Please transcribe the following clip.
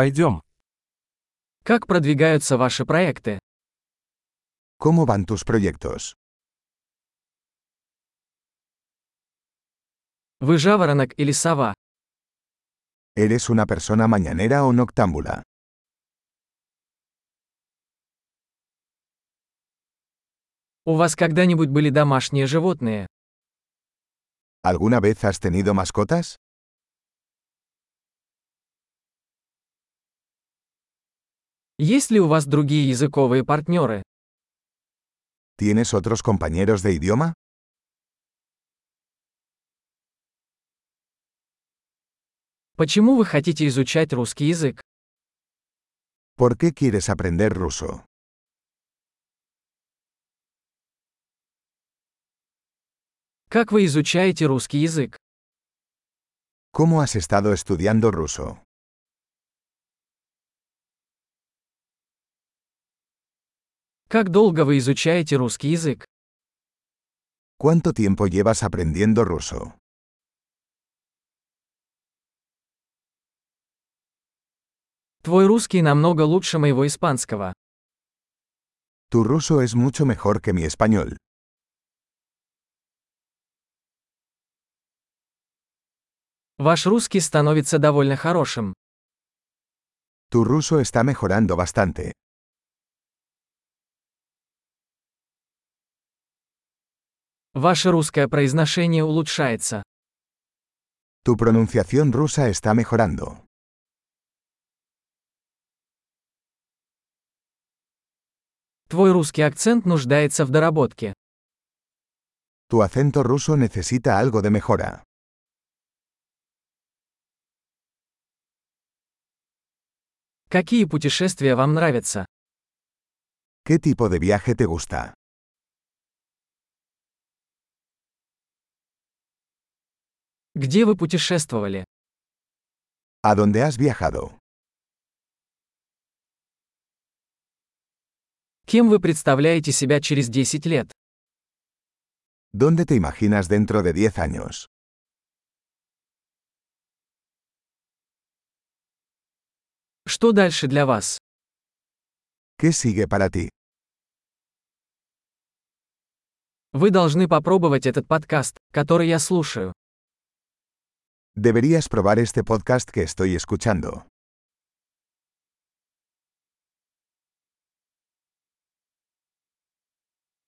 Пойдем. Как продвигаются ваши проекты? ¿Cómo van tus proyectos? Вы жаворонок или сова? ¿Eres una persona mañanera o noctámbula? У вас когда-нибудь были домашние животные? ¿Alguna vez has tenido mascotas? Есть ли у вас другие языковые партнеры? ¿Tienes otros compañeros de idioma? Почему вы хотите изучать русский язык? ¿Por qué quieres aprender ruso? Как вы изучаете русский язык? ¿Cómo has estado estudiando ruso? Как долго вы изучаете русский язык? ¿Cuánto tiempo llevas aprendiendo ruso? Твой русский намного лучше моего испанского. Tu ruso es mucho mejor que mi español. Ваш русский становится довольно хорошим. Tu ruso está mejorando bastante. Ваше русское произношение улучшается. Tu pronunciación rusa está mejorando. Твой русский акцент нуждается в доработке. Tu acento ruso necesita algo de mejora. Какие путешествия вам нравятся? ¿Qué tipo de viaje te gusta? Где вы путешествовали? ¿A dónde has viajado? Кем вы представляете себя через 10 лет? ¿Dónde te imaginas dentro de 10 años? Что дальше для вас? ¿Qué sigue para ti? Вы должны попробовать этот подкаст, который я слушаю. Deberías probar este podcast que estoy escuchando.